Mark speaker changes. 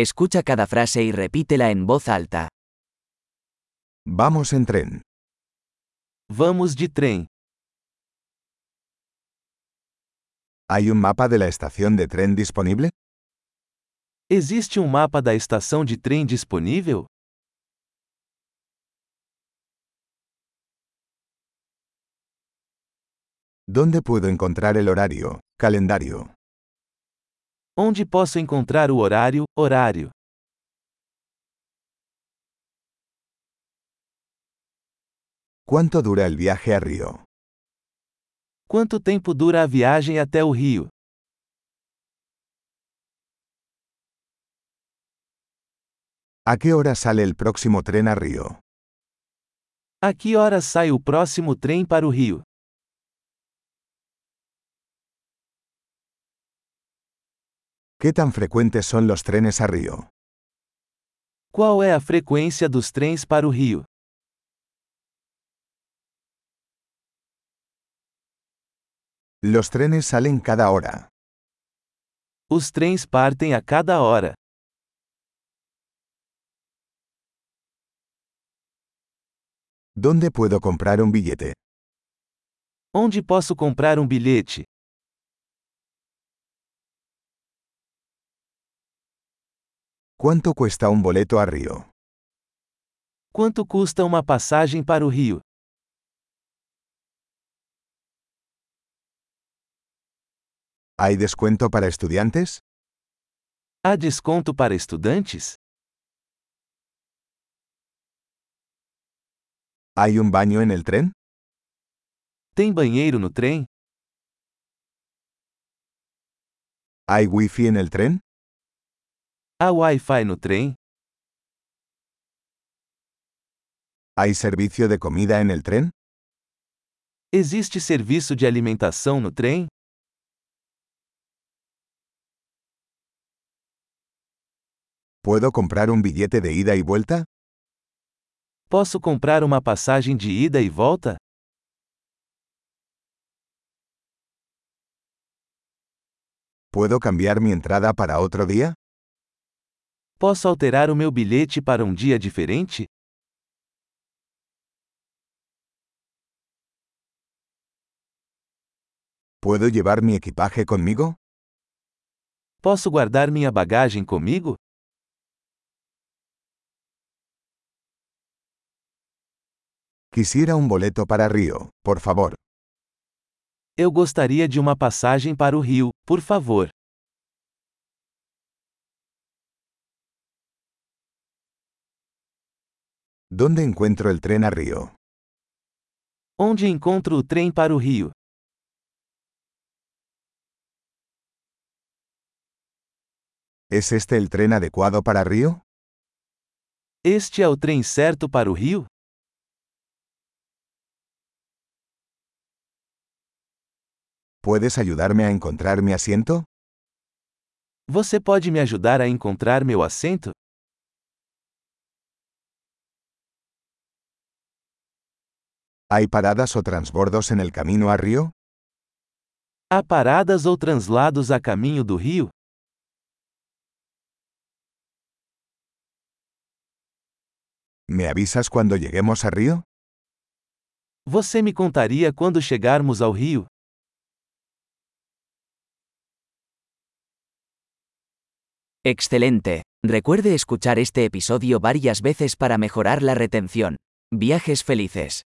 Speaker 1: Escucha cada frase y repítela en voz alta.
Speaker 2: Vamos en tren.
Speaker 3: Vamos de trem.
Speaker 2: ¿Hay un mapa de la estación de tren disponible?
Speaker 3: Existe um mapa da estação de trem disponível?
Speaker 2: ¿Dónde puedo encontrar el horario, calendario?
Speaker 3: Onde posso encontrar o horário, horário?
Speaker 2: ¿Cuánto dura el viaje a Río?
Speaker 3: Quanto tempo dura a viagem até o Rio?
Speaker 2: ¿A qué hora sale el próximo tren a Río?
Speaker 3: A que horas sai o próximo trem para o Rio?
Speaker 2: ¿Qué tan frecuentes son los trenes a Río?
Speaker 3: Qual é a frequência dos trens para o Rio?
Speaker 2: Los trenes salen cada hora.
Speaker 3: Os trens partem a cada hora.
Speaker 2: ¿Dónde puedo comprar un billete?
Speaker 3: Onde posso comprar um bilhete?
Speaker 2: ¿Cuánto cuesta un boleto a Río?
Speaker 3: Quanto custa uma passagem para o Rio?
Speaker 2: ¿Hay descuento para estudiantes?
Speaker 3: Há desconto para estudantes?
Speaker 2: ¿Hay un baño en el tren?
Speaker 3: Tem banheiro no trem?
Speaker 2: ¿Hay wifi en el tren?
Speaker 3: Há Wi-Fi no trem?
Speaker 2: ¿Hay servicio de comida en el tren?
Speaker 3: Existe serviço de alimentação no trem?
Speaker 2: ¿Puedo comprar un billete de ida y vuelta?
Speaker 3: Posso comprar uma passagem de ida e volta?
Speaker 2: ¿Puedo cambiar mi entrada para otro día?
Speaker 3: Posso alterar o meu bilhete para um dia diferente?
Speaker 2: ¿Puedo llevar mi equipaje conmigo?
Speaker 3: Posso guardar minha bagagem comigo?
Speaker 2: Quisiera un boleto para Río, por favor.
Speaker 3: Eu gostaria de uma passagem para o Rio, por favor.
Speaker 2: ¿Dónde encuentro el tren a Río?
Speaker 3: Onde encontro o trem para o Rio?
Speaker 2: ¿Es este el tren adecuado para Río?
Speaker 3: Este é o trem certo para o Rio?
Speaker 2: ¿Puedes ayudarme a encontrar mi asiento?
Speaker 3: Você pode me ajudar a encontrar meu assento?
Speaker 2: ¿Hay paradas o transbordos en el camino a Río?
Speaker 3: Há paradas ou translados a caminho do Rio?
Speaker 2: ¿Me avisas cuando lleguemos a Río?
Speaker 3: Você me contaria quando chegarmos ao Rio?
Speaker 1: Excelente. Recuerde escuchar este episodio varias veces para mejorar la retención. Viajes felices.